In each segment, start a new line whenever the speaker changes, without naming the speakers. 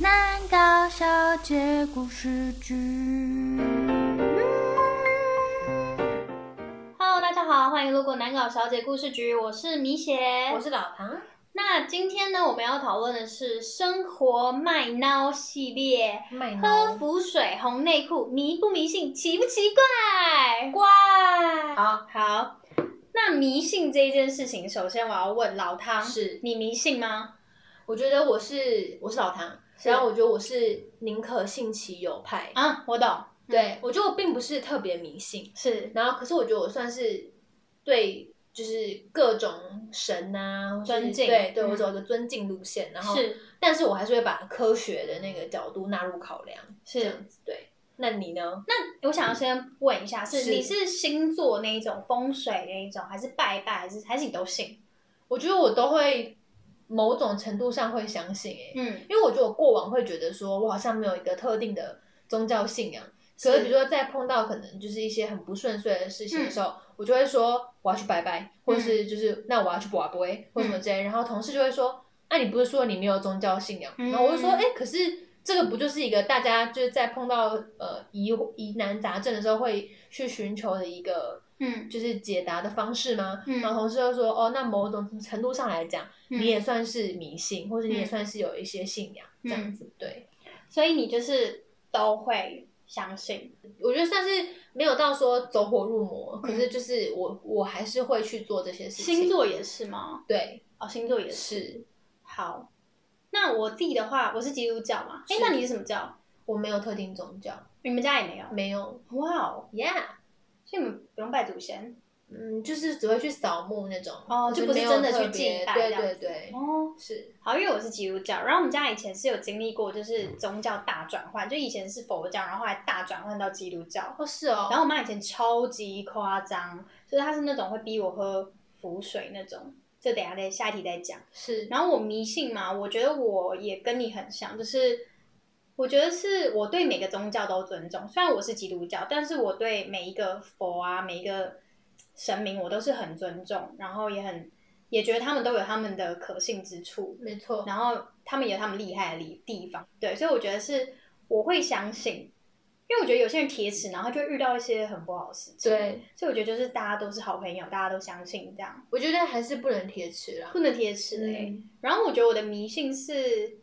难搞笑结故事剧。
Hello，大家好，欢迎路过南港小姐故事局，我是米雪，
我是老唐，
那今天呢，我们要讨论的是生活卖孬系列，
卖
喝浮水、红内裤，迷不迷信，奇不奇怪？
怪。好，
好，那迷信这一件事情，首先我要问老汤，
是
你迷信吗？
我觉得我是我是老唐，
是
然后我觉得我是宁可信其有派。
啊，我懂，
对，我觉得我并不是特别迷信，
是
然后可是我觉得我算是对，就是各种神啊或是
尊敬
对对，
嗯
我走一个尊敬路线，然后，
是
但是我还是会把科学的那个角度纳入考量，这
是。
样子。对，那你呢？
我想要先问一下，是
是
你是星座那一种、风水那一种，还是拜拜，还是还是你都信？
我觉得我都会某种程度上会相信、欸，
嗯，
因为我觉得我过往会觉得说，我好像没有一个特定的宗教信仰。可是比如说，在碰到可能就是一些很不顺遂的事情的时候，我就会说我要去拜拜，或是就是那我要去卜龟或什么之类。然后同事就会说，那、你不是说你没有宗教信仰？
嗯
然后我就说，哎、可是这个不就是一个大家就是在碰到呃疑疑难杂症的时候会去寻求的一个
嗯
就是解答的方式吗？
嗯
然后同事就说，哦，那某种程度上来讲，
嗯
你也算是迷信，或者你也
嗯
算是有一些信仰、这样子。对，
所以你就是都会相信。
我觉得算是没有到说走火
嗯
入魔，可是就是我我还是会去做这些事情。
星座也是吗？
对
哦，星座也是。
是，
好，那我自己的话，我是基督教嘛。哎、
是
那你是什么教？
我没有特定宗教，
你们家也没有？
没有
哇哦，
，Yeah，
所以你们不用拜祖先
嗯，就是只会去扫墓那种，
哦就不是
没有
真的去
特别
祭拜
对
这样
对
子
对，
哦。
是
好，因为我是基督教，然后我们家以前是有经历过，就是宗教大转换，就以前是佛教，然后后来大转换到基督教。
哦是哦，
然后我妈以前超级夸张，就是她是那种会逼我喝符水那种，这等一下再下一题再讲。
是
然后我迷信嘛，我觉得我也跟你很像，就是我觉得是我对每个宗教都尊重，虽然我是基督教，但是我对每一个佛啊，每一个神明我都是很尊重，然后也很也觉得他们都有他们的可信之处，
没错，
然后他们也有他们厉害的地地方，对，所以我觉得是我会相信，因为我觉得有些人铁齿，然后就会遇到一些很不好的事情，，
对，
所以我觉得就是大家都是好朋友，大家都相信这样，
我觉得还是不能铁齿啦。
不能铁齿哎、
嗯
然后我觉得我的迷信是，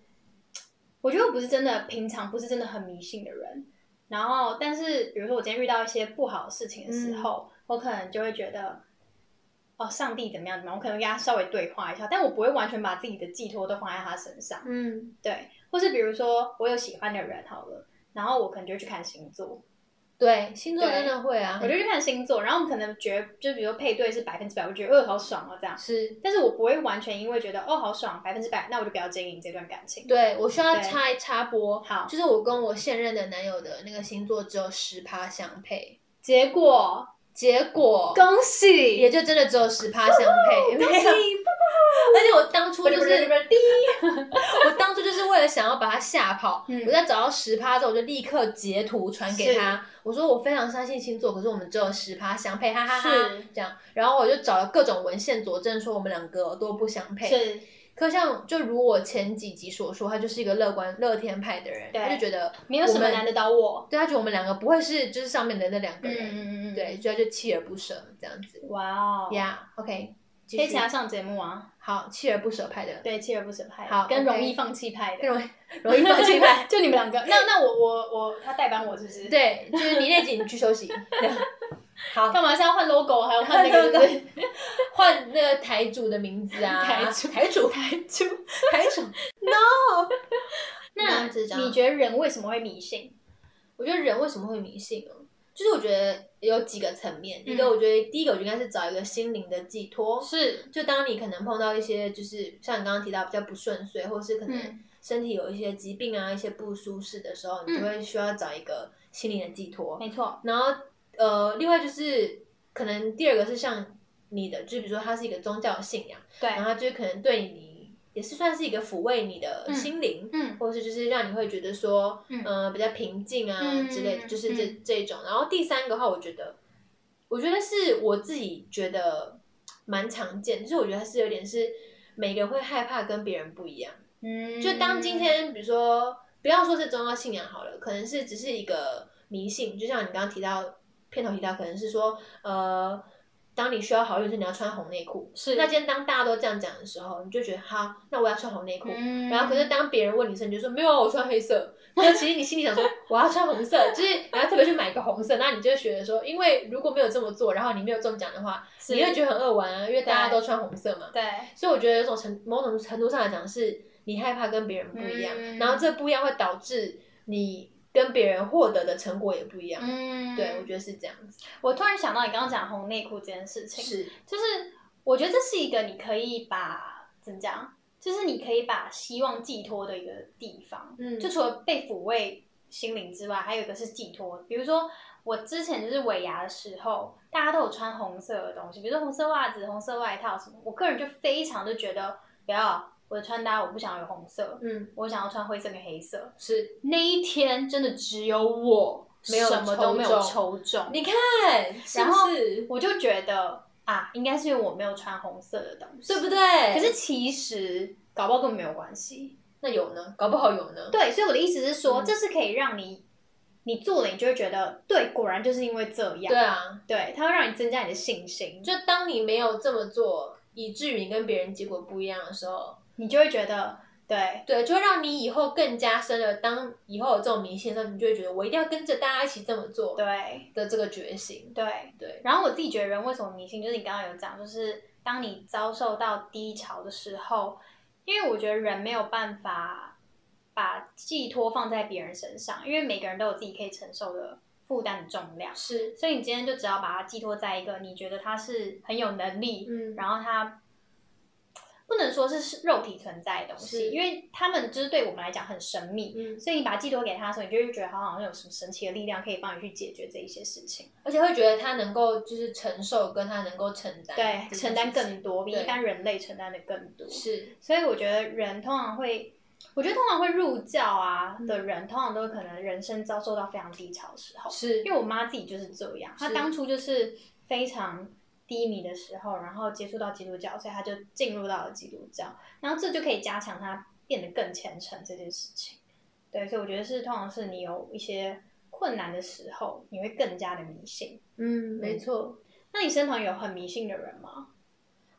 我觉得我不是真的平常不是真的很迷信的人。然后，但是比如说我今天遇到一些不好的事情的时候，我可能就会觉得，哦，上帝怎么样怎么样，我可能跟他稍微对话一下，但我不会完全把自己的寄托都放在他身上。
嗯，
对，或是比如说我有喜欢的人好了，然后我可能就会去看星座，
对，星座
对
真的会啊，
我就去看星座，然后我们可能觉得，就比如说配对是百分之百，我觉得哦好爽哦这样，
是
但是我不会完全因为觉得哦好爽百分之百，那我就不要经营这段感情。
对我需要
对
插一插播，
好
就是我跟我现任的男友的那个星座只有十趴相配，
结果
结果
恭喜，
也就真的只有十趴相配，
恭
没
喜
有。，而且我当初就
哦不是
是，我当初就是为了想要把他吓跑，
嗯
我在找到十趴之后，我就立刻截图传给他，我说我非常相信星座，可是我们只有十趴相配，哈哈哈
是，
这样。然后我就找了各种文献佐证，说我们两个都不相配。
是
可像就如我前几集所说，他就是一个乐观乐天派的人，
对
他就觉得
没有什
我
么
们
难得到我。
对他觉得我们两个不会是就是上面的那两个
嗯
人，
嗯嗯，嗯，
对，所以他就锲而不舍这样子。
哇哦，
呀、yeah,，OK，
可
继
以
续
请。他上节目啊，
好，锲而不舍派的，
对，锲而不舍派，
好
跟
OK
容易放弃派的，。
容易容易放弃 派
就你们两个。那那我我我他代班我是不是？
对，就是你那集你去休息。这样好，
干嘛是要换 logo，还有换那个对不对
换那个台主的名字啊，
台主
台主，台主，台 主。
那
我知道
你觉得人为什么会迷信？
我觉得人为什么会迷信哦？就是我觉得有几个层面，
嗯
一个我觉得第一个我就应该是找一个心灵的寄托，
是，
就当你可能碰到一些就是像你刚刚提到比较不顺遂，或是可能
嗯
身体有一些疾病啊、一些不舒适的时候，
嗯
你就会需要找一个心灵的寄托。
没错，
然后呃，另外就是可能第二个是像你的，就比如说它是一个宗教信仰，
对，
然后它就是可能对你也是算是一个抚慰你的
嗯
心灵。
嗯
或是就是让你会觉得说，
嗯
呃，比较平静啊
嗯
之类的，就是这、
嗯
这种。然后第三个话，我觉得，我觉得是我自己觉得蛮常见，就是我觉得它是有点是每个人会害怕跟别人不一样。
嗯
就当今天，比如说不要说是宗教信仰好了，可能是只是一个迷信，就像你刚刚提到片头提到，可能是说呃，当你需要好运的时候，你要穿红内裤。
是
那今天当大家都这样讲的时候，你就觉得好，那我要穿红内裤。
嗯
然后可是当别人问你的时候，你就说没有啊，我穿黑色。但其实你心里想说我要穿红色，就是你要特别去买个红色，那你就觉得说，因为如果没有这么做，然后你没有中奖的话，
是
你会觉得很恶玩啊，因为大家
对
都穿红色嘛。
对，
所以我觉得有种程某种程度上来讲，是你害怕跟别人不一样，
嗯
然后这不一样会导致你跟别人获得的成果也不一样。
嗯
对，我
得
觉得是这样子。
我突然想到你刚刚讲红内裤这件事情，就是我觉得这是一个你可以把怎么讲，就是你可以把希望寄托的一个地方。
嗯
就除了被抚慰心灵之外，还有一个是寄托。比如说我之前就是尾牙的时候，大家都有穿红色的东西，比如说红色袜子、红色外套什么。我个人就非常的觉得，不要我的穿搭，我不想要有红色，
嗯，
我想要穿灰色跟黑色。
是。
那一天真的只有我
没有
什么都没有
抽
抽中，
你看，
然后
是不是
我就觉得啊，应该是因为我没有穿红色的东西，
对不对？
可是其实搞不好根本没有关系。
那有呢，搞不好有呢。
对，所以我的意思是说，
嗯
这是可以让你你做了，你就会觉得对，果然就是因为这样，
对啊，
对，它会让你增加你的信心，就
就当你没有这么做，以至于你跟别人结果不一样的时候，
你就会觉得对，
对，就会让你以后更加深了。当以后有这种迷信的时候，你就会觉得我一定要跟着大家一起这么做
对，
的这个决心。
对。
对，
然后我自己觉得人为什么迷信，就是你刚刚有讲，就是当你遭受到低潮的时候，因为我觉得人没有办法把寄托放在别人身上，因为每个人都有自己可以承受的负担的重量，
是
所以你今天就只要把它寄托在一个你觉得他是很有能力，
嗯
然后他不能说是肉体存在的东
是
西，因为他们就是对我们来讲很神秘。
嗯，
所以你把它寄托给他的时候，你就会觉得他好像有什么神奇的力量可以帮你去解决这一些事情。
而且会觉得他能够就是承受，跟他能够承担，
对，承担更
多，
多，比
对
一般人类承担的更多。
是
所以我觉得人通常会，我觉得通常会入教啊
嗯
的人，通常都可能人生遭受到非常低潮的时候。
是
因为我妈自己就是这样，她
是
当初就是非常低迷的时候，然后接触到基督教，所以她就进入到了基督教，然后这就可以加强她变得更虔诚这件事情。对，所以我觉得是通常是你有一些困难的时候，你会更加的迷信。
嗯，
没
错。
那你身旁有很迷信的人吗？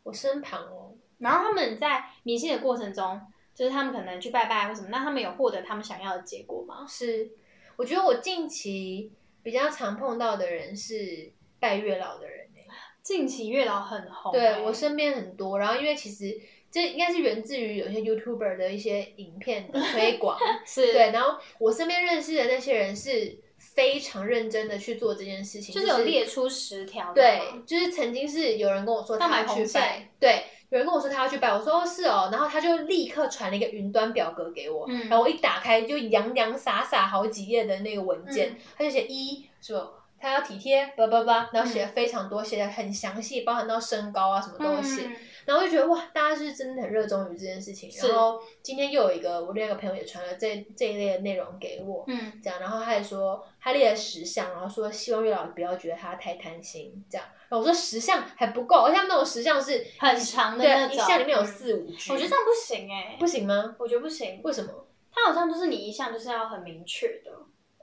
我身旁哦，
然后他们在迷信的过程中，就是他们可能去拜拜或什么，那他们有获得他们想要的结果吗？
是我觉得我近期比较常碰到的人是拜月老的人、欸、
近期月老很红欸、
对我身边很多，然后因为其实这应该是源自于有些 YouTuber 的一些影片的 推广，
是
对，，然后我身边认识的那些人是非常认真的去做这件事情，
就是有列出十条的
对
吗，
就是曾经是有人跟我说
他
他
买
要
红
去
线
拜，对，有人跟我说他要去拜，我说哦是哦，然后他就立刻传了一个云端表格给我，
嗯
然后我一打开就洋洋洒洒好几页的那个文件，
嗯
他就写一说。他要体贴，叭叭叭，然后写的
嗯
非常多，写的很详细，包含到身高啊什么都有
嗯
写。然后我就觉得哇，大家是真的很热衷于这件事情。
是
然后今天又有一个我另外一个朋友也传了这这一类的内容给我，
嗯，
这样，然后他也说他列了十项，然后说希望月老不要觉得他太贪心，这样。然后我说十项还不够，而且他们那种十项是
很长的那种
对，一项里面有
嗯
四五句，
我觉得这样不行哎、
不行吗？
我觉得不行，
为什么？
它好像就是你一项就是要很明确的，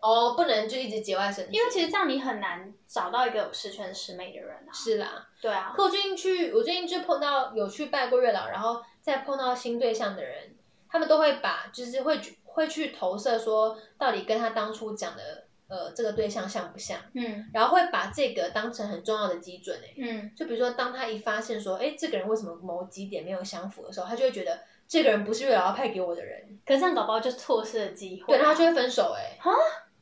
哦，不能就一直节外生枝，
因为其实这样你很难找到一个十全十美的人啊。
是啦。
对啊，
可我最近去，我最近就碰到有去拜过月老，然后再碰到新对象的人，他们都会把就是会去会去投射说，到底跟他当初讲的呃这个对象像不像，
嗯
然后会把这个当成很重要的基准诶、
嗯，
就比如说，当他一发现说，哎，这个人为什么某几点没有相符的时候，他就会觉得这个人不是月老要派给我的人，
可是这样搞不好就错失了机会。
对，然后他就会分手、哎，
啊，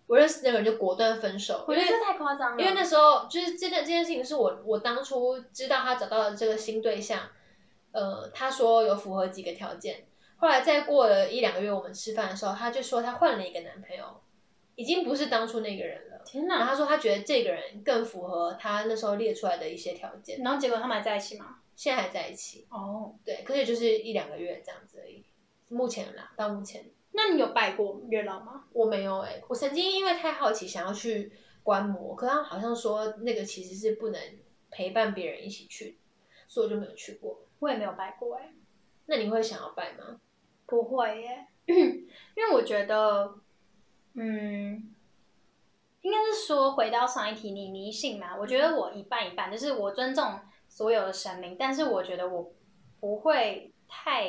我认识那个人就果断分手，
我觉得
因为
这太夸张了，
因为那时候就是这件这件事情是我我当初知道他找到了这个新对象，呃，他说有符合几个条件，后来再过了一两个月，我们吃饭的时候，他就说他换了一个男朋友，已经不是当初那个人了。
天
然后
哪，
他说，他觉得这个人更符合他那时候列出来的一些条件，
然后结果他们还在一起吗？
现在还在一起。
哦，
对，可是也就是一两个月这样子而已。目前啦，到目前
那你有拜过月老吗？
我没有哎、我曾经因为太好奇想要去观摩，可他们好像说那个其实是不能陪伴别人一起去，所以我就没有去过。
欸我也没有拜过哎、
那你会想要拜吗？
不会耶、因为我觉得，嗯，应该是说回到上一题，你迷信嘛？我觉得我一半一半，就是我尊重所有的神明，但是我觉得我不会太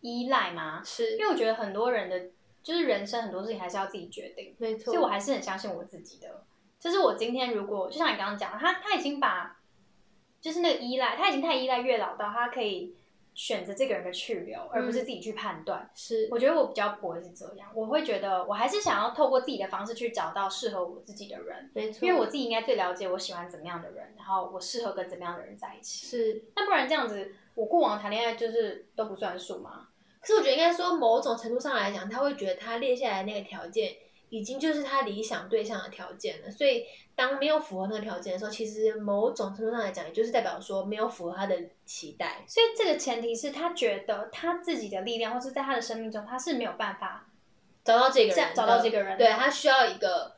依赖嘛，
是
因为我觉得很多人的就是人生很多事情还是要自己决定，
没
所
错，
以我还是很相信我自己的。就是我今天如果就像你刚刚讲的，他他已经把就是那个依赖，他已经太依赖月老到他可以选择这个人的去留，而
嗯
不是自己去判断。
是
我觉得我比较不会是这样，我会觉得我还是想要透过自己的方式去找到适合我自己的人，
没错，
因为我自己应该最了解我喜欢怎么样的人，然后我适合跟怎么样的人在一起。
是，
那不然这样子，我过往谈恋爱就是都不算数嘛？
可是我觉得应该说某种程度上来讲，他会觉得他列下来那个条件已经就是他理想对象的条件了，所以当没有符合那个条件的时候，其实某种程度上来讲，也就是代表说没有符合他的期待。
所以这个前提是他觉得他自己的力量，或是在他的生命中，他是没有办法
找到这个
这
人
样
的，
找到这个人的
对他需要一个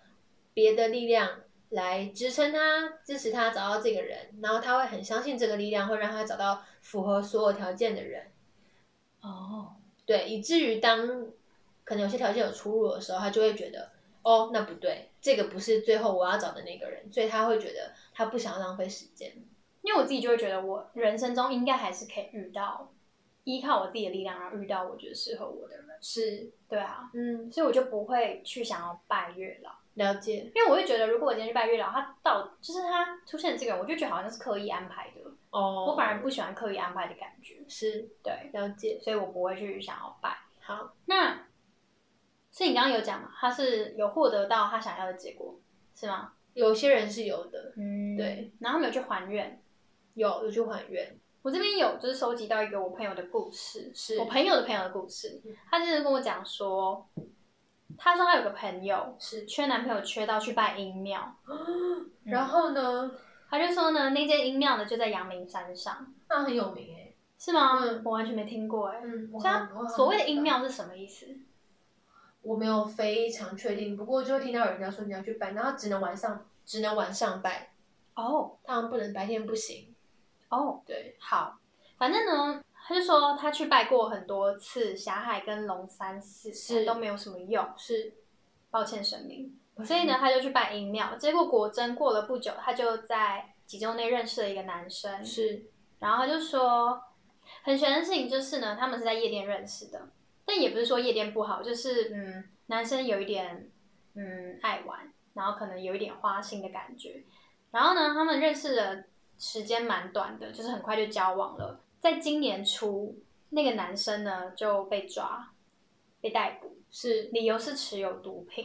别的力量来支撑他、支持他找到这个人，然后他会很相信这个力量会让他找到符合所有条件的人，
哦，
对，以至于当可能有些条件有出入的时候，他就会觉得哦，那不对，这个不是最后我要找的那个人，所以他会觉得他不想要浪费时间，
因为我自己就会觉得我人生中应该还是可以遇到依靠我自己的力量，然后遇到我觉得适合我的人。
是，
对啊，
嗯，
所以我就不会去想要拜月老。
了解，
因为我会觉得，如果我今天去拜月老，他到就是他出现这个人，我就觉得好像是刻意安排的，
哦
我反而不喜欢刻意安排的感觉，
是
对，
了解，
所以我不会去想要拜。
好，
那，所以你刚刚有讲嘛，他是有获得到他想要的结果，是吗？
有些人是有的，
嗯
对。
然后没有去还愿。
有有去还愿，
我这边有就是收集到一个我朋友的故事，
是嗯
我朋友的朋友的故事，他就是跟我讲说，他说他有个朋友
是，
缺男朋友缺到去拜阴庙，
然后呢，
他就说呢，那间阴庙呢就在阳明山上。
那很有名哎。
是吗？
嗯
我完全没听过哎。
嗯，
所以它所谓的音，庙是什么意思？
我没有非常确定，不过就会听到有人家说你要去拜，然后只能晚上，只能晚上拜，
哦
他们不能白天不行。
哦，
对，
好，反正呢，他就说他去拜过很多次霞海跟龙山寺，
是
都没有什么用，
是，
抱歉神明。所以呢，，他就去拜阴庙，结果果真过了不久，他就在几周内认识了一个男生，
是
然后他就说，很悬的事情就是呢，他们是在夜店认识的，但也不是说夜店不好，就是嗯，男生有一点嗯爱玩，然后可能有一点花心的感觉。然后呢，他们认识的时间蛮短的，就是很快就交往了。在今年初，那个男生呢就被抓，被逮捕，
是，
理由是持有毒品。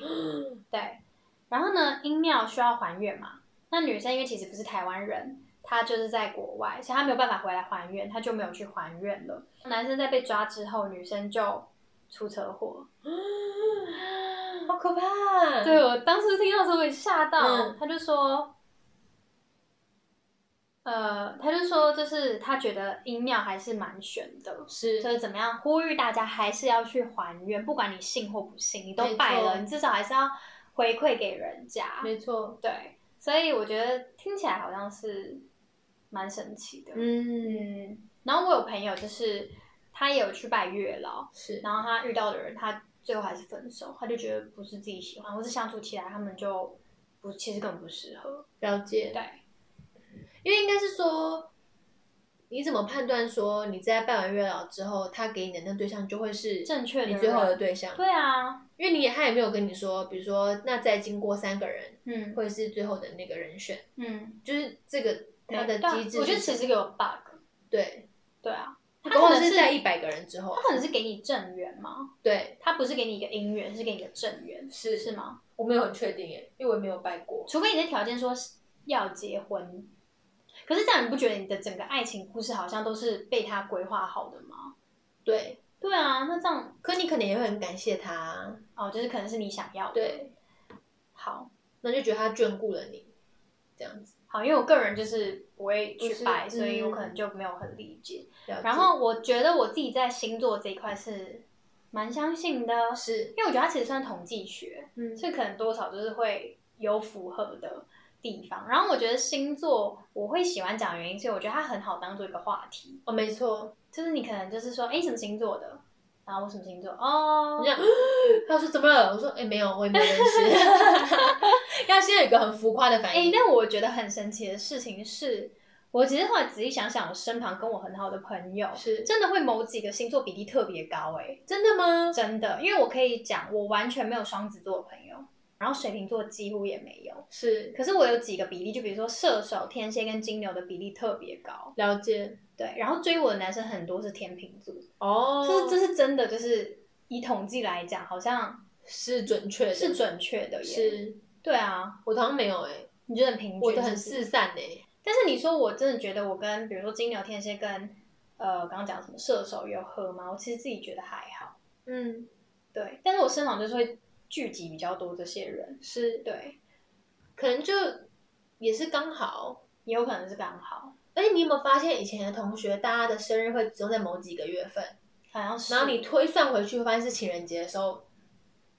对，然后呢，音庙需要还愿嘛？那女生因为其实不是台湾人，她就是在国外，所以她没有办法回来还愿，她就没有去还愿了。男生在被抓之后，女生就出车祸。
好可怕。啊
对，我当时听到的时候我也吓到，
嗯
他就说，呃，他就说就是他觉得音庙还是蛮悬的，
是
就是怎么样呼吁大家还是要去还愿，不管你信或不信，你
没
都
错
拜了，你至少还是要回馈给人家。
没错。
对，所以我觉得听起来好像是蛮神奇的。
嗯，
嗯，然后我有朋友就是他也有去拜月老，
是
然后他遇到的人，他最后还是分手，他就觉得不是自己喜欢，或是相处起来他们就不，其实根本不适合。
了解
对，。
因为应该是说，你怎么判断说你在拜完月老之后，他给你的那对象就会是
正确的
你最后的
人
对象？
对啊，
因为你也他也没有跟你说，比如说那再经过三个人
嗯
会是最后的那个人选，
嗯，
就是这个它的
对啊
机制是什么。
我觉得其实有 bug。
对，
对啊，他
或
可
者
能
是在一，百个人之后
他，可能是给你正缘嘛，
对，
他不是给你一个姻缘，是给你一个正缘，
是
是吗？
我没有很确定耶，因为我也没有拜过。
除非你的条件说是要结婚，可是这样你不觉得你的整个爱情故事好像都是被他规划好的吗？
对，
对啊，那这样
可你可能也会很感谢他，
哦，就是可能是你想要的。，
对，
好，
那就觉得他眷顾了你，这样子。
好，因为我个人就是不会
不
去
是
拜，所以我
嗯
可能就没有很理解。
了解
然后我觉得我自己在星座这一块是蛮相信的，
是，
因为我觉得它其实算统计学，
嗯
所以可能多少就是会有符合的地方。然后我觉得星座我会喜欢讲的原因，是我觉得它很好当做一个话题，
哦，没错，
就是你可能就是说，哎，什么星座的，然后我什么星座？哦
我，讲， 他说怎么了？我说，哎、没有，我也没有认识。 要先有一个很浮夸的反
哎、
应。
但我觉得很神奇的事情是，我其实后来仔细想想，我身旁跟我很好的朋友，
是
真的会某几个星座比例特别高、哎，
真的吗？
真的，因为我可以讲，我完全没有双子座的朋友，然后水瓶座几乎也没有，
是
可是我有几个比例，就比如说射手、天蝎跟金牛的比例特别高，
了解
对，然后追我的男生很多是天秤座，
哦，
这是这是真的，就是以统计来讲，好像
是准确的，
是准确的耶，
是，
对啊，
我好像没有哎、
你觉得很平均，
我的
是
很
不是
四散哎、
但是你说我真的觉得我跟比如说金牛、天蝎跟呃刚刚讲什么射手有合吗？我其实自己觉得还好，
嗯，
对。但是我身旁就是会聚集比较多这些人，
是，
对，
可能就也是刚好。
也有可能是刚好，
而且你有没有发现，以前的同学大家的生日会集中在某几个月份，
好像是。
然后你推算回去，会发现是情人节的时候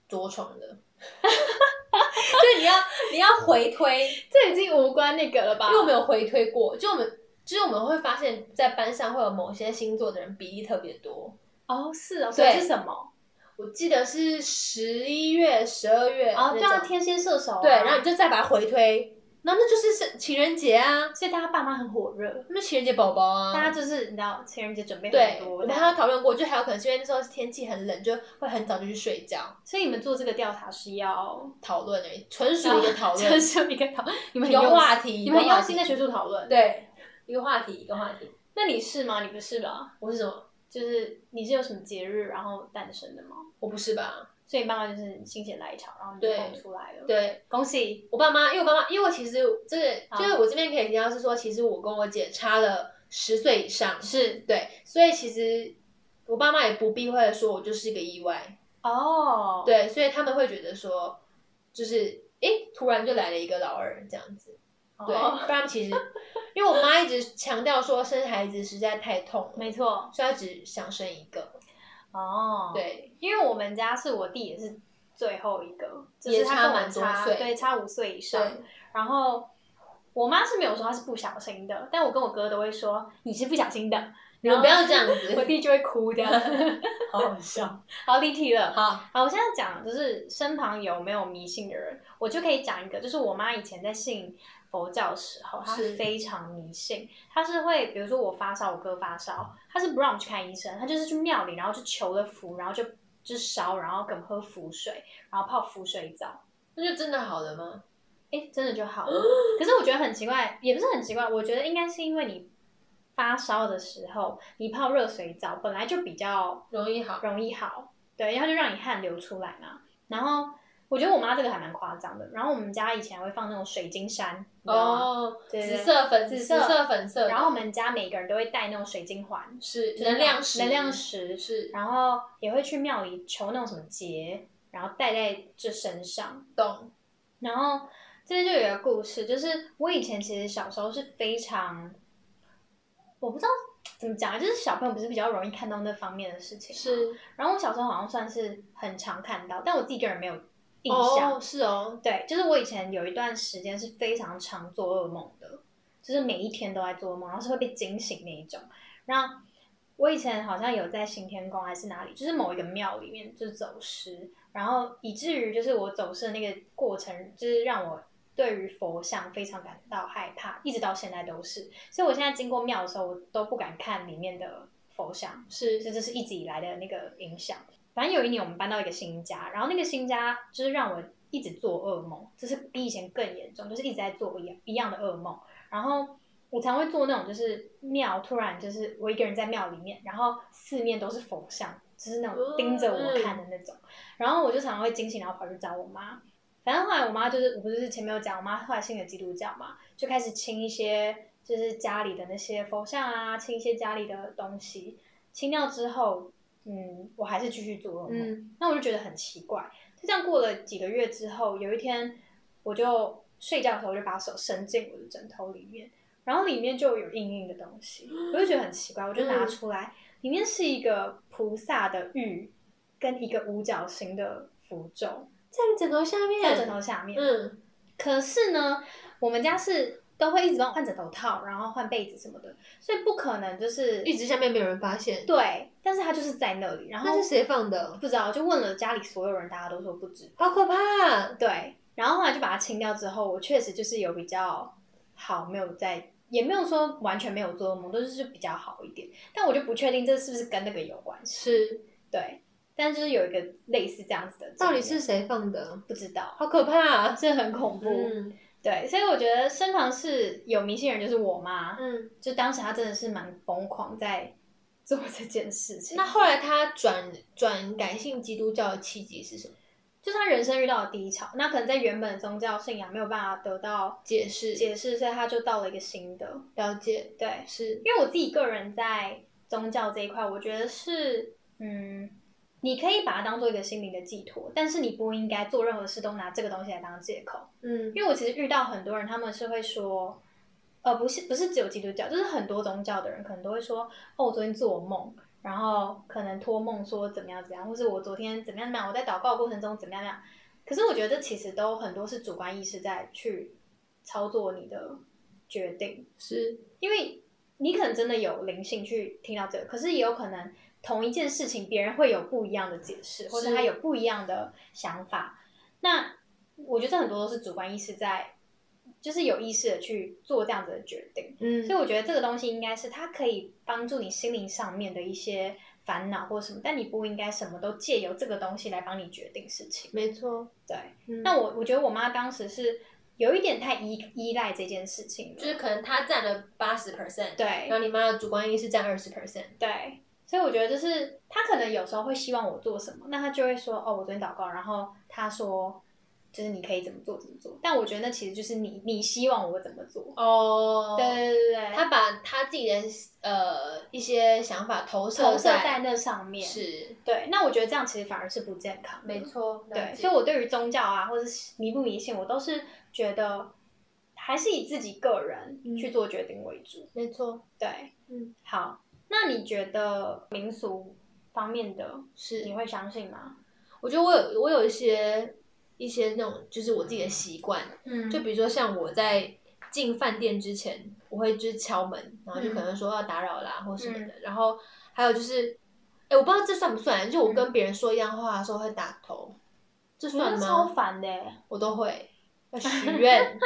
着床的。 所以你要你要回推，
这已经无关那个了吧
因为我们有回推过，就我们就是我们会发现，在班上会有某些星座的人比例特别多。
哦，是哦，所以
对
是什么？
我记得是十一月、十二月
哦，对
那
啊，
种
天蝎、射手、啊。
对，然后你就再把它回推，然后那就是是情人节啊，
所以大家爸妈很火热，
那情人节宝宝啊，
大家就是你知道情人节准备
对
很，
我
多，
们还有讨论过，就还有可能是因为那时候天气很冷，就会很早就去睡觉
所以你们做这个调查是要
讨论而已， 纯属一个 讨论，
纯属一个讨，你们很
一个
用
话题，
你们很
一个话
用
题
心在学术讨论。，
对，一个话题，一个话题。
那你是吗？你不是吧？
我是什么？
就是你是有什么节日然后诞生的吗？
我不是吧？
所以妈妈就是心血来潮，然后你就
对
蹦出来了。，
对，
恭喜！
我爸妈，因为我爸妈，因为我其实这个，
好
就是我这边可以听到是说，其实我跟我姐差了十岁以上，
是
对，所以其实我爸妈也不避讳地说我就是一个意外，
哦，，
对，所以他们会觉得说，就是诶，突然就来了一个老二这样子，对，
哦、
不然其实因为我妈一直强调说生孩子实在太痛了，
没错，
所以她只想生一个，
哦，，
对，
因为我们家是我弟也是最后一个，就
也
是他
差
跟我
蛮多
差
岁
对，差五岁以上
对。，
然后我妈是没有说她是不小心的，但我跟我哥都会说你是不小心的，
你们不要这
样，
样
我
子，
弟就会哭这样。
好好笑，
好离题了，
好，
好，我现在讲就是身旁有没有迷信的人，我就可以讲一个，就是我妈以前在信佛教的时候，她
是
非常迷信，她是会比如说我发烧，我哥发烧，她是不让我们去看医生，她就是去庙里，然后就求了符，然后就就烧，然后给我们喝符水，然后泡符水澡，
那就真的好了吗？
哎，真的就好了。可是我觉得很奇怪，也不是很奇怪，我觉得应该是因为你发烧的时候，你泡热水澡本来就比较
容易好，
容易好，对，然后就让你汗流出来嘛。然后我觉得我妈这个还蛮夸张的。然后我们家以前还会放那种水晶衫，你知道吗？
哦，
对对
紫色粉
紫
紫
色
色粉色的，
然后我们家每个人都会带那种水晶环，
是
就是那
能
种
量石，
能量石，
是
然后也会去庙里求那种什么结，然后戴在这身上。
懂
然后这边就有一个故事，就是我以前其实小时候是非常，我不知道怎么讲啊，就是小朋友不是比较容易看到那方面的事情吗，然后我小时候好像算是很常看到，但我自己个人没有印象。
哦，是哦，
对，就是我以前有一段时间是非常常做噩梦的，就是每一天都在做噩梦，然后是会被惊醒那一种。然后我以前好像有在行天宫还是哪里，就是某一个庙里面就是走失，然后以至于就是我走失的那个过程，就是让我对于佛像非常感到害怕，一直到现在都是。所以我现在经过庙的时候，我都不敢看里面的佛像。
是
这就是一直以来的那个影响。反正有一年我们搬到一个新家，然后那个新家就是让我一直做噩梦，就是比以前更严重，就是一直在做一样一样的噩梦。然后我常会做那种，就是庙突然就是我一个人在庙里面，然后四面都是佛像，就是那种盯着我看的那种。然后我就常常会惊醒，然后跑去找我妈。反正后来我妈就是，我不是前面有讲，我妈后来信了基督教嘛，就开始清一些就是家里的那些佛像啊，清一些家里的东西。清掉之后，嗯，我还是继续做噩梦。
嗯
那我就觉得很奇怪。就这样过了几个月之后，有一天我就睡觉的时候，我就把手伸进我的枕头里面，然后里面就有硬硬的东西，我就觉得很奇怪，我就拿出来，里面是一个菩萨的玉跟一个五角星的符咒
在你枕头下面
在枕头下面。
嗯
可是呢，我们家是都会一直帮患者头套，然后换被子什么的，所以不可能就是
一直下面没有人发现，
对，但是他就是在那里，然后
那是谁放的？
不知道，就问了家里所有人，大家都说不知。
好可怕！
对，然后后来就把它清掉之后，我确实就是有比较好，没有在，也没有说完全没有做噩梦，都是比较好一点。但我就不确定这是不是跟那个有关系。
是，
对，但就是有一个类似这样子的经验，
到底是谁放的？
不知道，
好可怕！啊
这很恐怖。
嗯
对，所以我觉得身旁是有迷信人，就是我妈。
嗯，
就当时她真的是蛮疯狂在做这件事情。
那后来他转转改信基督教的契机是什么？
就是她人生遇到的低潮，那可能在原本的宗教信仰没有办法得到
解释，
解释，所以她就到了一个新的。
了解，
对，
是，
因为我自己个人在宗教这一块，我觉得是，嗯，你可以把它当做一个心灵的寄托，但是你不应该做任何事都拿这个东西来当借口。
嗯
因为我其实遇到很多人，他们是会说，呃，不是不是只有基督教，就是很多宗教的人可能都会说，哦，我昨天做梦，然后可能托梦说怎么样怎么样，或是我昨天怎么样怎么样，我在祷告过程中怎么样怎么样。可是我觉得这其实都很多是主观意识在去操作你的决定，
是，
因为你可能真的有灵性去听到这个，可是也有可能同一件事情别人会有不一样的解释，或者他有不一样的想法。那我觉得这很多都是主观意识在，就是有意识的去做这样子的决定。
嗯
所以我觉得这个东西应该是它可以帮助你心灵上面的一些烦恼或什么，但你不应该什么都借由这个东西来帮你决定事情。
没错。
对，
嗯
那我我觉得我妈当时是有一点太依依赖这件事情了，
就是呃可能他占了八十 percent，，
对
然，后你妈的主观意识占二十 percent，
对，所以我觉得就是他可能有时候会希望我做什么，那他就会说哦，我昨天祷告，然后他说就是你可以怎么做怎么做，但我觉得那其实就是你你希望我怎么做。
哦
对对对对，
他把他自己的呃一些想法投射
投射在那上面，
是
对。那我觉得这样其实反而是不健康的，
错，
对，所以我对于宗教啊，或者是迷不迷信，我都是觉得还是以自己个人
嗯
去做决定为主。
没错
对，
嗯，
好，那你觉得民俗方面的
是
你会相信吗？
我觉得我有我有一些一些那种就是我自己的习惯，
嗯
就比如说像我在进饭店之前，我会就是敲门，然后就
嗯
可能说要打扰啦、或什么的，然后还有就是，哎，我不知道这算不算，就我跟别人说一样话的时候会打头，这
嗯我觉
算
得超
吗？
烦的欸，
我都会 要许愿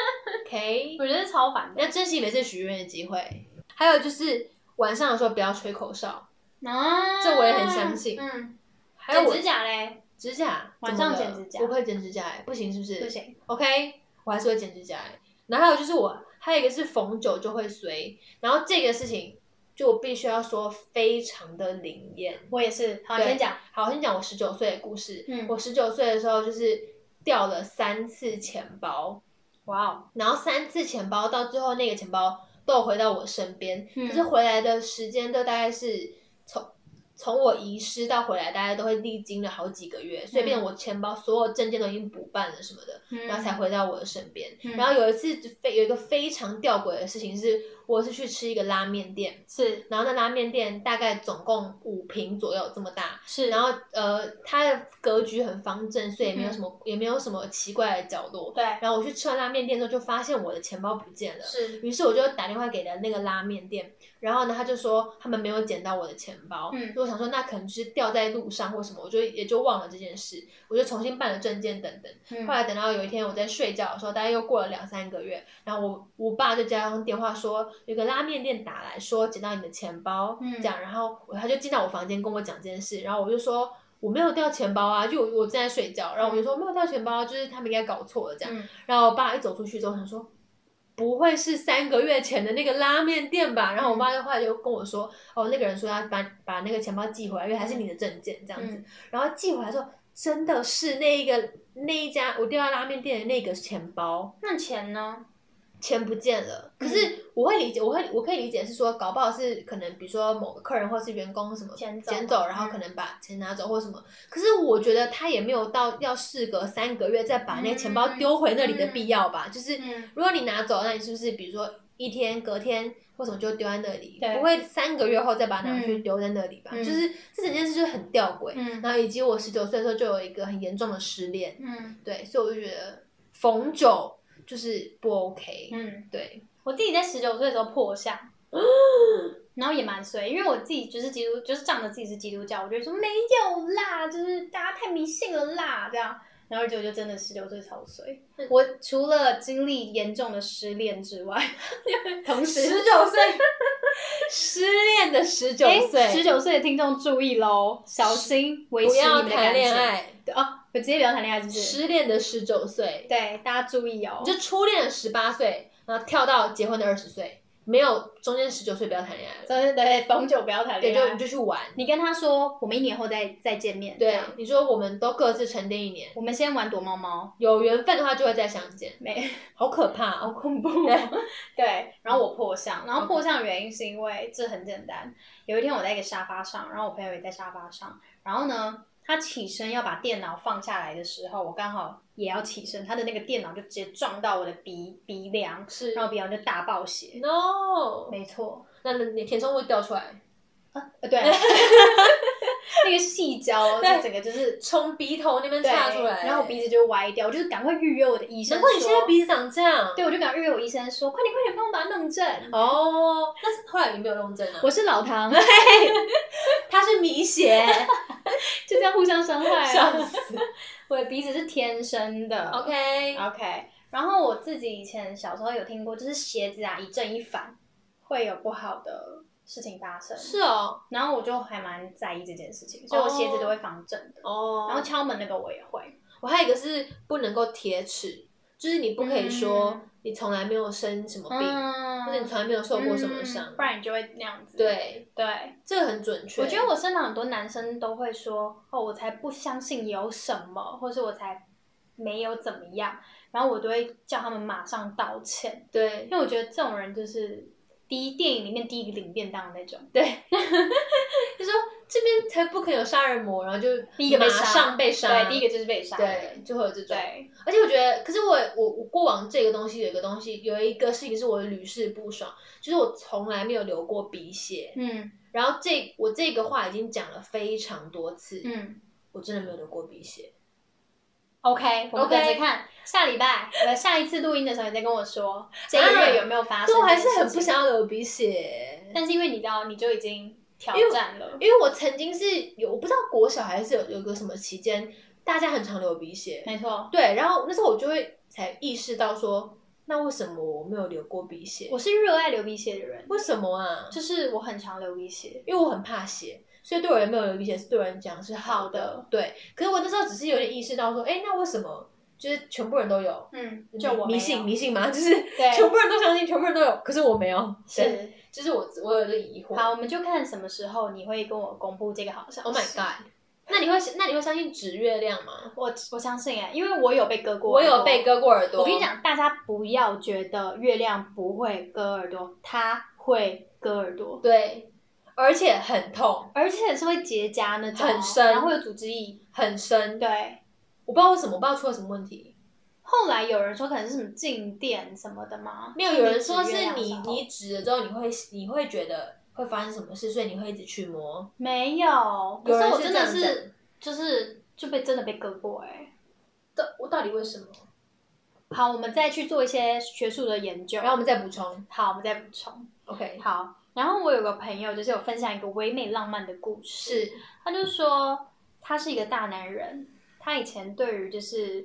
，OK，
我觉得超烦的
要珍惜每次许愿的机会。还有就是晚上的时候不要吹口哨，
啊
这我也很相信
嗯，
还有
剪
我
指甲嘞，
指甲，
晚上
怎么
剪
了
指甲
我会剪指甲、哎，不行是不是？
不行，
OK，我还是会剪指甲欸。然后还有就是我还有一个是逢九就会随，然后这个事情就我必须要说非常的灵验。
我也是。好，你
对
先讲。
好，我先讲我十九岁的故事。
嗯
我十九岁的时候就是掉了三次钱包，
哇哦，
然后三次钱包到最后那个钱包都有回到我身边，
嗯
可是回来的时间都大概是从从我遗失到回来，大概都会历经了好几个月，所
嗯
以变成我钱包所有证件都已经补办了什么的。然后才回到我的身边。
嗯
然后有一次非有一个非常吊诡的事情是，我是去吃一个拉面店，
是
然后那拉面店大概总共五平左右这么大，
是，
然
后
后呃它的格局很方正，所以也没有
嗯
什么、也没有什么奇怪的角落。
对
然后我去吃完拉面店之后，就发现我的钱包不见了。
是，
于是我就打电话给了那个拉面店，然后呢，他就说他们没有捡到我的钱包，
嗯
所以我想说那可能就是掉在路上或什么，我就也就忘了这件事，我就重新办了证件等等。
嗯
后来等到有一天我在睡觉的时候，大概又过了两三个月，然后我我爸就接到电话说，有个拉面店打来说捡到你的钱包，
嗯
这样，然后我他就进到我房间跟我讲这件事，然后我就说我没有掉钱包啊，就我我正在睡觉，然后我就说没有掉钱包啊，就是他们应该搞错了这样，
嗯
然后我爸一走出去之后，想说不会是三个月前的那个拉面店吧？然后我妈就后来就跟我说，哦，那个人说要把把那个钱包寄回来，因为还是你的证件这样子。
嗯
然后寄回来之后，真的是那一个那一家我掉到拉面店的那个钱包，
那钱呢？
钱不见了。可
嗯
是我会理解，我会我可以理解是说，搞不好是可能比如说某个客人或是员工什么
捡走
捡走，然后
嗯
可能把钱拿走或什么。可是我觉得他也没有到要事隔三个月再把那个钱包丢回那里的必要吧，就是。
嗯，
如果你拿走，那你是不是比如说一天、隔天或什么就丢在那里，
对
不会三个月后再把它拿去丢在那里吧？
嗯
就是这整件事就很吊诡。
嗯
然后以及我十九岁的时候就有一个很严重的失恋，
嗯
对，所以我就觉得逢九就是不 OK、
嗯，
对，
我自己在十九岁的时候破相，
啊
然后也蛮衰，因为我自己就是基督，就是仗着自己是基督教，我就说没有啦，就是大家太迷信了啦，这样。然后结果就真的十九岁超衰，
嗯
我除了经历严重的失恋之外，
同时十九岁 失恋的十九岁，
十九岁的听众注意喽，小心维
不
持你
要
们的
谈
感情
恋。爱，
对哦，我直接不要谈恋爱，就是
失恋的十九岁，
对大家注意哦
你。就初恋十八岁，然后跳到结婚的二十岁，没有中间十九岁不要谈恋爱了，
真的对，逢九不要谈
对，
恋
就你
爱。
就去玩，
你跟他说，我们一年后再再见面。这
对
样，
你说我们都各自沉淀一年，
我们先玩躲猫猫，
有缘分的话就会再相见，
没，
好可怕
好
哦！
恐怖哦、
对
对，然后我破相，然后破相的原因是因为这很简单。有一天我在一个沙发上，然后我朋友也在沙发上，然后呢，他起身要把电脑放下来的时候，我刚好也要起身，他的那个电脑就直接撞到我的鼻鼻梁，
是
然后鼻梁就大爆血。
no，
没错，
那你填充物掉出来，
呃，对， 那个细胶，
对
就整个就是
从鼻头那边
对
岔出来，
然后我鼻子就歪掉，我就是赶快预约我的医生说。
难怪你现在鼻子长这样。
对，我就赶快预约我医生说，快点快点帮我把它弄正。
哦，那是后来有没有用针啊？
我是老 唐，
他是米 血，
就这样互相伤害啊、
笑死。
我的鼻子是天生的。
OK，
OK，然后我自己以前小时候有听过，就是鞋子啊一正一反会有不好的事情发生，
是哦，
然后我就还蛮在意这件事情，所以我鞋子都会防正的。
哦
然后敲门那个我也会，
我还有一个是不能够铁齿，就是你不可以说
嗯
你从来没有生什么病，
嗯
或者你从来没有受过什么伤，
嗯不然你就会那样子。
对，
对，
这个很准确。
我觉得我身旁很多男生都会说：“哦，我才不相信有什么，或是我才没有怎么样。”然后我都会叫他们马上道歉，
对
因为我觉得这种人就是第一电影里面第一个领便当的那种。
对，就说这边才不可能有杀人魔，然后就
第一个被
马
杀
上被杀，
对，第一个就是被杀。
对，就会有这种。
对，
而且我觉得，可是我我我过往这个东西有一个东西有一个事情是我屡试不爽，就是我从来没有流过鼻血。
嗯
然后这我这个话已经讲了非常多次，
嗯
我真的没有流过鼻血。
，OK，我们
OK
等着看下礼拜，呃，下一次录音的时候你再跟我说这个
啊
月有没有发生。
可我还是很不，想要流鼻血，
但是因为你知道，你就已经挑战了。
因为我曾经是有我不知道国小还是有有个什么期间，大家很常流鼻血，
没错，
对，然后那时候我就会才意识到说，那为什么我没有流过鼻血
我？是热爱流鼻血的人，
为什么啊？
就是我很常流鼻血。
因为我很怕血，所以对我也没有流鼻血，是对我来讲是好的。
好的
对，可是我那时候只是有点意识到说，哎，那为什么就是全部人都有？
嗯，就我
迷
没
信
有
迷信嘛， 就是全部人都相信，全部人都有，可是我没有。对，
是
就是我我有这个疑惑。
好，我们就看什么时候你会跟我公布这个好消息。
，Oh my god！那你会那你会相信指月亮吗？
我我相信哎、因为我有被割过，
我有被。割过耳朵。
我跟你，讲，大家不要觉得月亮不会割耳朵，它会割耳朵，
对，而且很痛，
而且是会结痂那种，哦
很深
然后会有组织液。
很深。
对，
我不知道为什么，我不知道出了什么问题。
后来有人说可能是什么静电什么的吗？
没有，有人说
就是指月
你
亮的时候
你指了之后，你会你会觉得会发生什么事，所以你会一直去摸。
没有，可
有人
是我
是
真
这
的
样
是
讲
就是就被真的被割过哎、
到我到底为什么？
好，我们再去做一些学术的研究，
然后我们再补充。
好，我们再补充。
OK，
好，然后我有个朋友就是有分享一个唯美浪漫的故事，
是
他就说他是一个大男人，他以前对于就是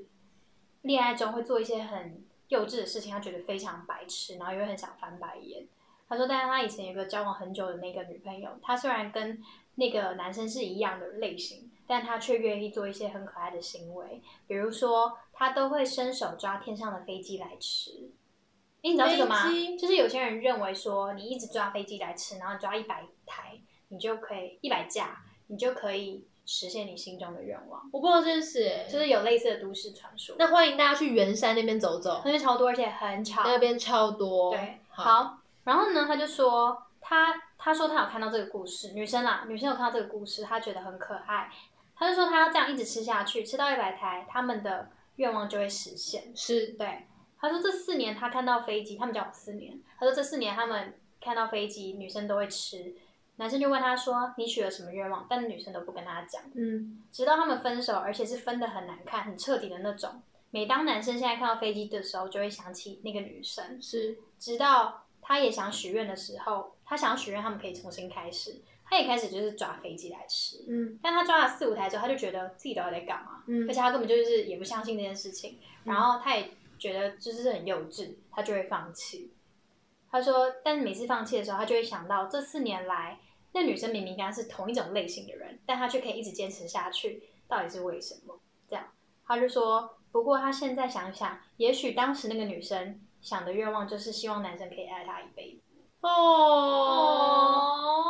恋爱中会做一些很幼稚的事情，他觉得非常白痴，然后也会很想翻白眼。他说，但是他以前有个交往很久的那个女朋友，她虽然跟那个男生是一样的类型，但她却愿意做一些很可爱的行为，比如说她都会伸手抓天上的飞机来吃。诶你知道这个吗
飞？机
就是有些人认为说，你一直抓飞机来吃，然后抓一百台，你就可以一百架，你就可以实现你心中的愿望，
我不知道这件事、欸，
就是有类似的都市传说。
那欢迎大家去圆山那边走走，
那边超多，而且很吵。
那边超多。
对，
好，
好。然后呢，他就说他他说他有看到这个故事，女生啦，女生有看到这个故事，她觉得很可爱。他就说他要这样一直吃下去，吃到一百台，他们的愿望就会实现。
是
对，他说这四年他看到飞机，他们交往四年，他说这四年他们看到飞机，女生都会吃。男生就问他说：“你许了什么愿望？”但女生都不跟他讲。
嗯，
直到他们分手，而且是分的很难看、很彻底的那种。每当男生现在看到飞机的时候，就会想起那个女生。
是
直到他也想许愿的时候，他想许愿，他们可以重新开始。他也开始就是抓飞机来吃，
嗯
但他抓了四五台之后，他就觉得自己到底在干嘛，
嗯
而且他根本就是也不相信这件事情，
嗯
然后他也觉得就是很幼稚，他就会放弃。他说，但是每次放弃的时候，他就会想到这四年来，那女生明明跟他是同一种类型的人，但他却可以一直坚持下去，到底是为什么？这样，他就说，不过他现在想想，也许当时那个女生想的愿望就是希望男生可以爱她一辈子。
哦，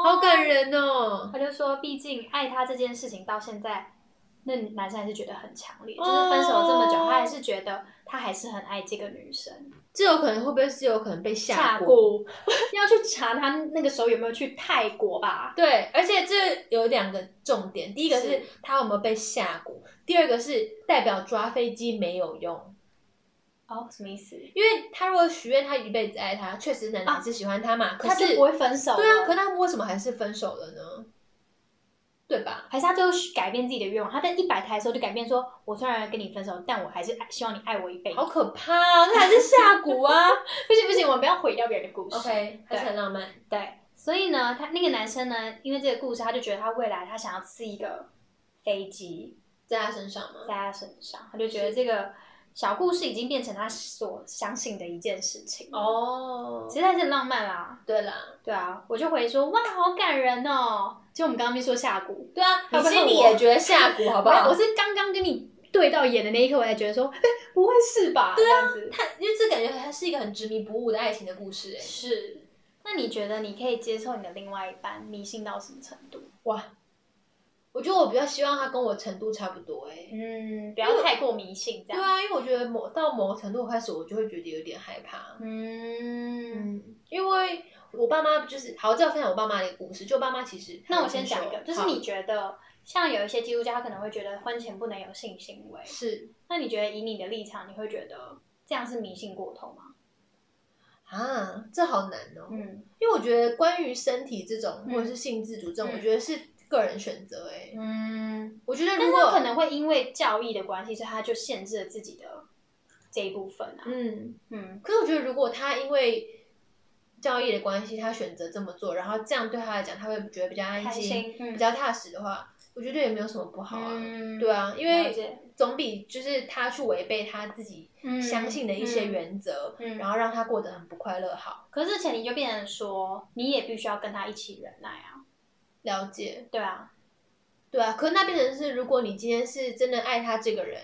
好感人哦，
他就说，毕竟爱他这件事情到现在，那男生还是觉得很强烈，就
哦
是分手这么久，他还是觉得他还是很爱这个女生。
这有可能会不会是有可能被吓
过，
过？
要去查他那个时候有没有去泰国吧？
对，而且这有两个重点，第一个是
是
他有没有被吓过，第二个是代表抓飞机没有用，
哦，什么意思？
因为他如果许愿他一辈子爱他，确实男人还是喜欢他嘛，可
啊他
是
就不会分手了？
对啊，可他们为什么还是分手了呢？对吧？
还是他最后改变自己的愿望，他在一百台的时候就改变说，我虽然跟你分手，但我还是爱希望你爱我一辈子
好。可怕哦，那还是下 蛊啊
不行不行，我们不要毁掉别人的故事。
！OK，还是很浪漫。
对，所以呢，他那个男生呢，因为这个故事，他就觉得他未来他想要吃一个飞机，
在他身上吗？
在他身上，他就觉得这个小故事已经变成他所相信的一件事情。，
哦
其实还是很浪漫啦。
对啦，
对啊，我就回说哇，好感人哦。就我们刚刚没说下蛊，
对啊，
你
你
心
心
里
里
也
也觉得下蛊好不好？
我是刚刚跟你对到眼的那一刻，我才觉得说， 哎，不会是吧？对啊，
他，因为这感觉他是一个很执迷不悟的爱情的故事、哎，
是。那你觉得你可以接受你的另外一半迷信到什么程度？
哇，我觉得我比较希望他跟我程度差不多、哎、
嗯，不要太过迷信，这
对
样。
啊，因为我觉得某到某个程度开始，我就会觉得有点害怕，
嗯，
嗯，因为我爸妈就是，好，这要分享我爸妈的一个故事，就我爸妈其实，
那我先讲一个，就是
好
你觉得像有一些基督教，他可能会觉得婚前不能有性行为，
是
那你觉得以你的立场，你会觉得这样是迷信过头吗？
啊，这好难哦、
嗯
因为我觉得关于身体这种
嗯
或者是性自主这种，
嗯
我觉得是个人选择、哎、
嗯，
我觉得
但
如
是
果
他可能会因为教义的关系，所以他就限制了自己的这一部分啊。
嗯，
嗯
可是我觉得，如果他因为教育的关系，他选择这么做，然后这样对他来讲，他会觉得比较安
开心
心、
嗯
比较踏实的话，我觉得也没有什么不好啊。
嗯
对啊，因
了
为
解
总比就是他去违背他自己
嗯
相信的一些原则，
嗯嗯
然后让他过得很不快乐好。
可是前提就变成说，你也必须要跟他一起忍耐啊。
了解，
对啊，
对啊。可是那变成是，如果你今天是真的爱他这个人，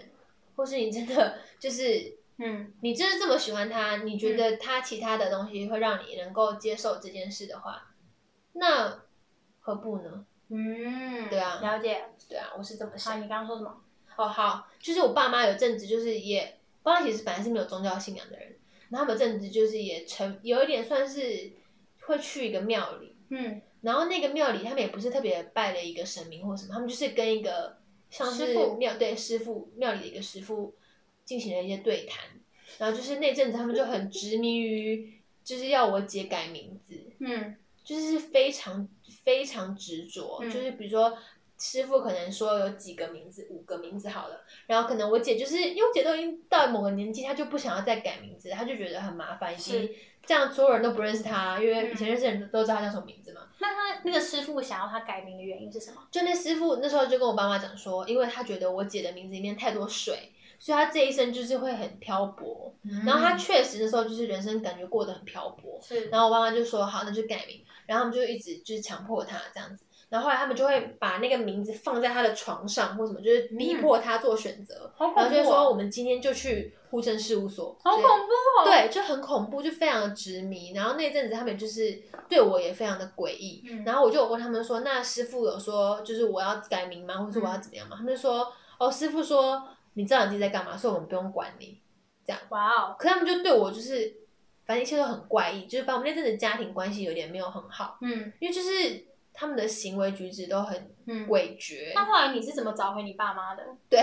或是你真的就是
嗯
你真的这么喜欢他，你觉得他其他的东西会让你能够接受这件事的话，那何不呢？
嗯，
对啊
了解。
对啊，我是这么
好，
想。
你刚刚说什么？
哦，好，就是我爸妈有阵子就是也，我爸妈其实本来是没有宗教信仰的人，然后他们有阵子就是也成有一点算是会去一个庙里，
嗯，
然后那个庙里他们也不是特别拜了一个神明或什么，他们就是跟一个像
师
是
傅
庙对师傅庙里的一个师傅进行了一些对谈，然后就是那阵子他们就很执迷于就是要我姐改名字，
嗯
就是非常非常执着，
嗯
就是比如说。师傅可能说有几个名字，五个名字好了，然后可能我姐就是因为我姐都已经到某个年纪，她就不想要再改名字，她就觉得很麻烦，以
是
及这样所有人都不认识她，因为以
嗯
前认识的人都知道她叫什么名字嘛，
那他那个师傅想要他改名的原因是什么？
就那师傅那时候就跟我爸妈讲说，因为他觉得我姐的名字里面太多水，所以他这一生就是会很漂泊。然
嗯
后他确实那时候就是人生感觉过得很漂泊。
是
然后我爸妈就说好，那就改名。然后他们就一直就是强迫他这样子。然后后来他们就会把那个名字放在他的床上或什么，就是逼迫他做选择。
嗯好恐怖、哦
然后就说我们今天就去户政事务所。
好恐怖哦！，
对，就很恐怖，就非常的执迷。然后那阵子他们就是对我也非常的诡异。
嗯
然后我就有问他们说，那师傅有说就是我要改名吗，或者是
嗯
我要怎么样吗？他们就说，哦，师傅说你知道你自己在干嘛，所以我们不用管你。
哇哦，
可他们就对我就是，反正一切都很怪异，就是把我们那阵子家庭关系有点没有很好，
嗯
因为就是他们的行为举止都很
嗯。
诡谲。
那后来你是怎么找回你爸妈的？
对，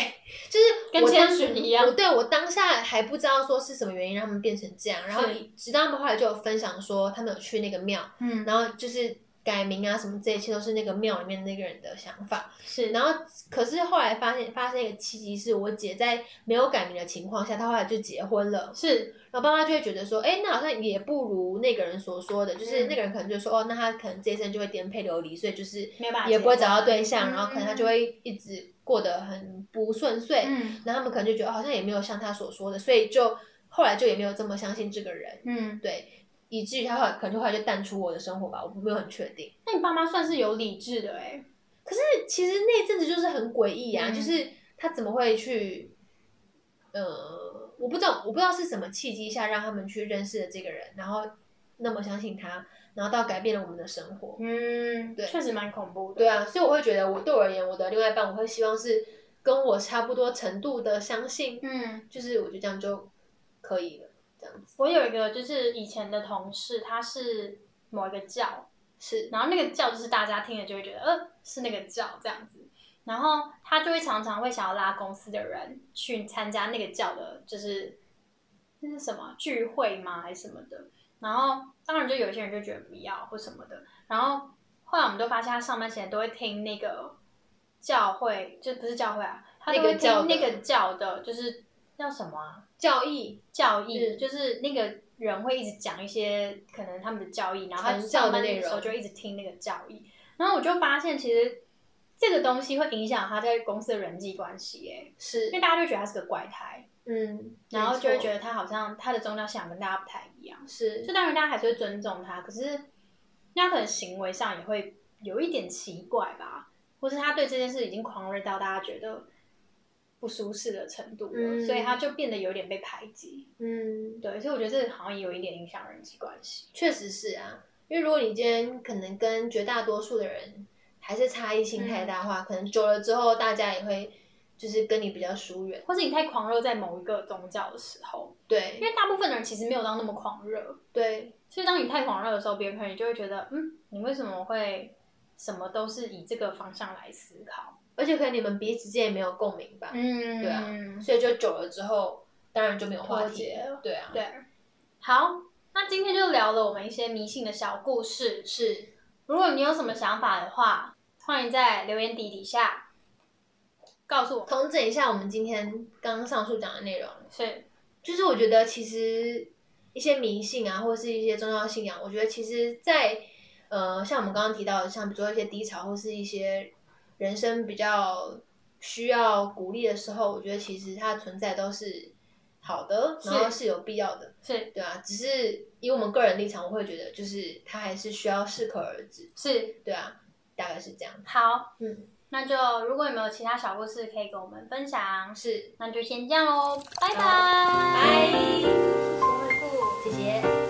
就是
跟
我
千
当时
寻一样
我对我当下还不知道说是什么原因让他们变成这样，然后
是
直到他们后来就有分享说他们有去那个庙，
嗯
然后就是改名啊什么，这一切都是那个庙里面那个人的想法。
是，
然后可是后来发现发生一个契机，是我姐在没有改名的情况下，她后来就结婚了。
是
然后爸妈就会觉得说，哎，那好像也不如那个人所说的，就是
嗯
那个人可能就说，哦，那他可能这一生就会颠沛流离，所以就是
没有办法
也
结
不会
婚
找到对象，
嗯
然后可能他就会一直过得很不顺遂。
嗯
然后他们可能就觉得哦好像也没有像他所说的，所以就后来就也没有这么相信这个人，
嗯，
对，以至于他后来可能就后来就淡出我的生活吧，我没有很确定。
那你爸妈算是有理智的哎、
可是其实那阵子就是很诡异啊，
嗯
就是他怎么会去，呃，我不知道，我不知道是什么契机下让他们去认识了这个人，然后那么相信他，然后到改变了我们的生活。
嗯，
对
确实蛮恐怖的。
对啊，所以我会觉得我对我而言，我的另外一半我会希望是跟我差不多程度的相信，
嗯，
就是我觉得这样就可以了，这样子
我有一个就是以前的同事，他是某一个教，
是。
然后那个教就是大家听了就会觉得，呃，是那个教这样子。然后他就会常常会想要拉公司的人去参加那个教的，就是那是什么聚会吗，还是什么的。然后当然就有些人就觉得不要或什么的。然后后来我们就发现，他上班前都会听那个教会，就不是教会啊，他都
那
会
个教
听那
的
个教的，就是叫什么啊？
教义
教义，
嗯
就是那个人会一直讲一些可能他们的教义，然后他
传教
上
的
班
内容
时候就一直听那个教义，然后我就发现其实这个东西会影响他在公司的人际关系，哎，
是
因为，大家就觉得他是个怪胎，
嗯，
然后就会觉
得
得他好像他的宗教信仰跟大家不太一样，
是
就当然大家还是会尊重他，可是那可能行为上也会有一点奇怪吧，或是他对这件事已经狂热到大家觉得不舒适的程度了，
嗯
所以他就变得有点被排挤。
嗯，
对，所以我觉得这好像也有一点影响人际关系。
确实是啊，因为如果你今天可能跟绝大多数的人还是差异性
嗯
太大的话，可能久了之后大家也会就是跟你比较疏远，
或是你太狂热在某一个宗教的时候，
对
因为大部分人其实没有到那么狂热，
对，
所以当你太狂热的时候，别人可能就会觉得，嗯，你为什么会什么都是以这个方向来思考？
而且可能你们彼此之间也没有共鸣吧，
嗯
对啊，所以就久了之后，当然就没有话
脱
题
节了，
对啊，
对。好，那今天就聊了我们一些迷信的小故事。
是，
如果你有什么想法的话，欢迎在留言底底下告诉我们。
统整一下我们今天刚刚上述讲的内容，
是，
就是我觉得其实一些迷信啊，或是一些宗教信仰，我觉得其实在，呃，像我们刚刚提到的，像比如说一些低潮或是一些人生比较需要鼓励的时候，我觉得其实它的存在都是好的，
是
然后是有必要的，
是，
对啊。只是以我们个人立场，我会觉得就是它还是需要适可而止，
是。
对啊，大概是这样。
好，
嗯，
那就如果你们有其他小故事可以跟我们分享，
是，
那就先这样喽，拜拜，
拜，
我是慧富
谢谢。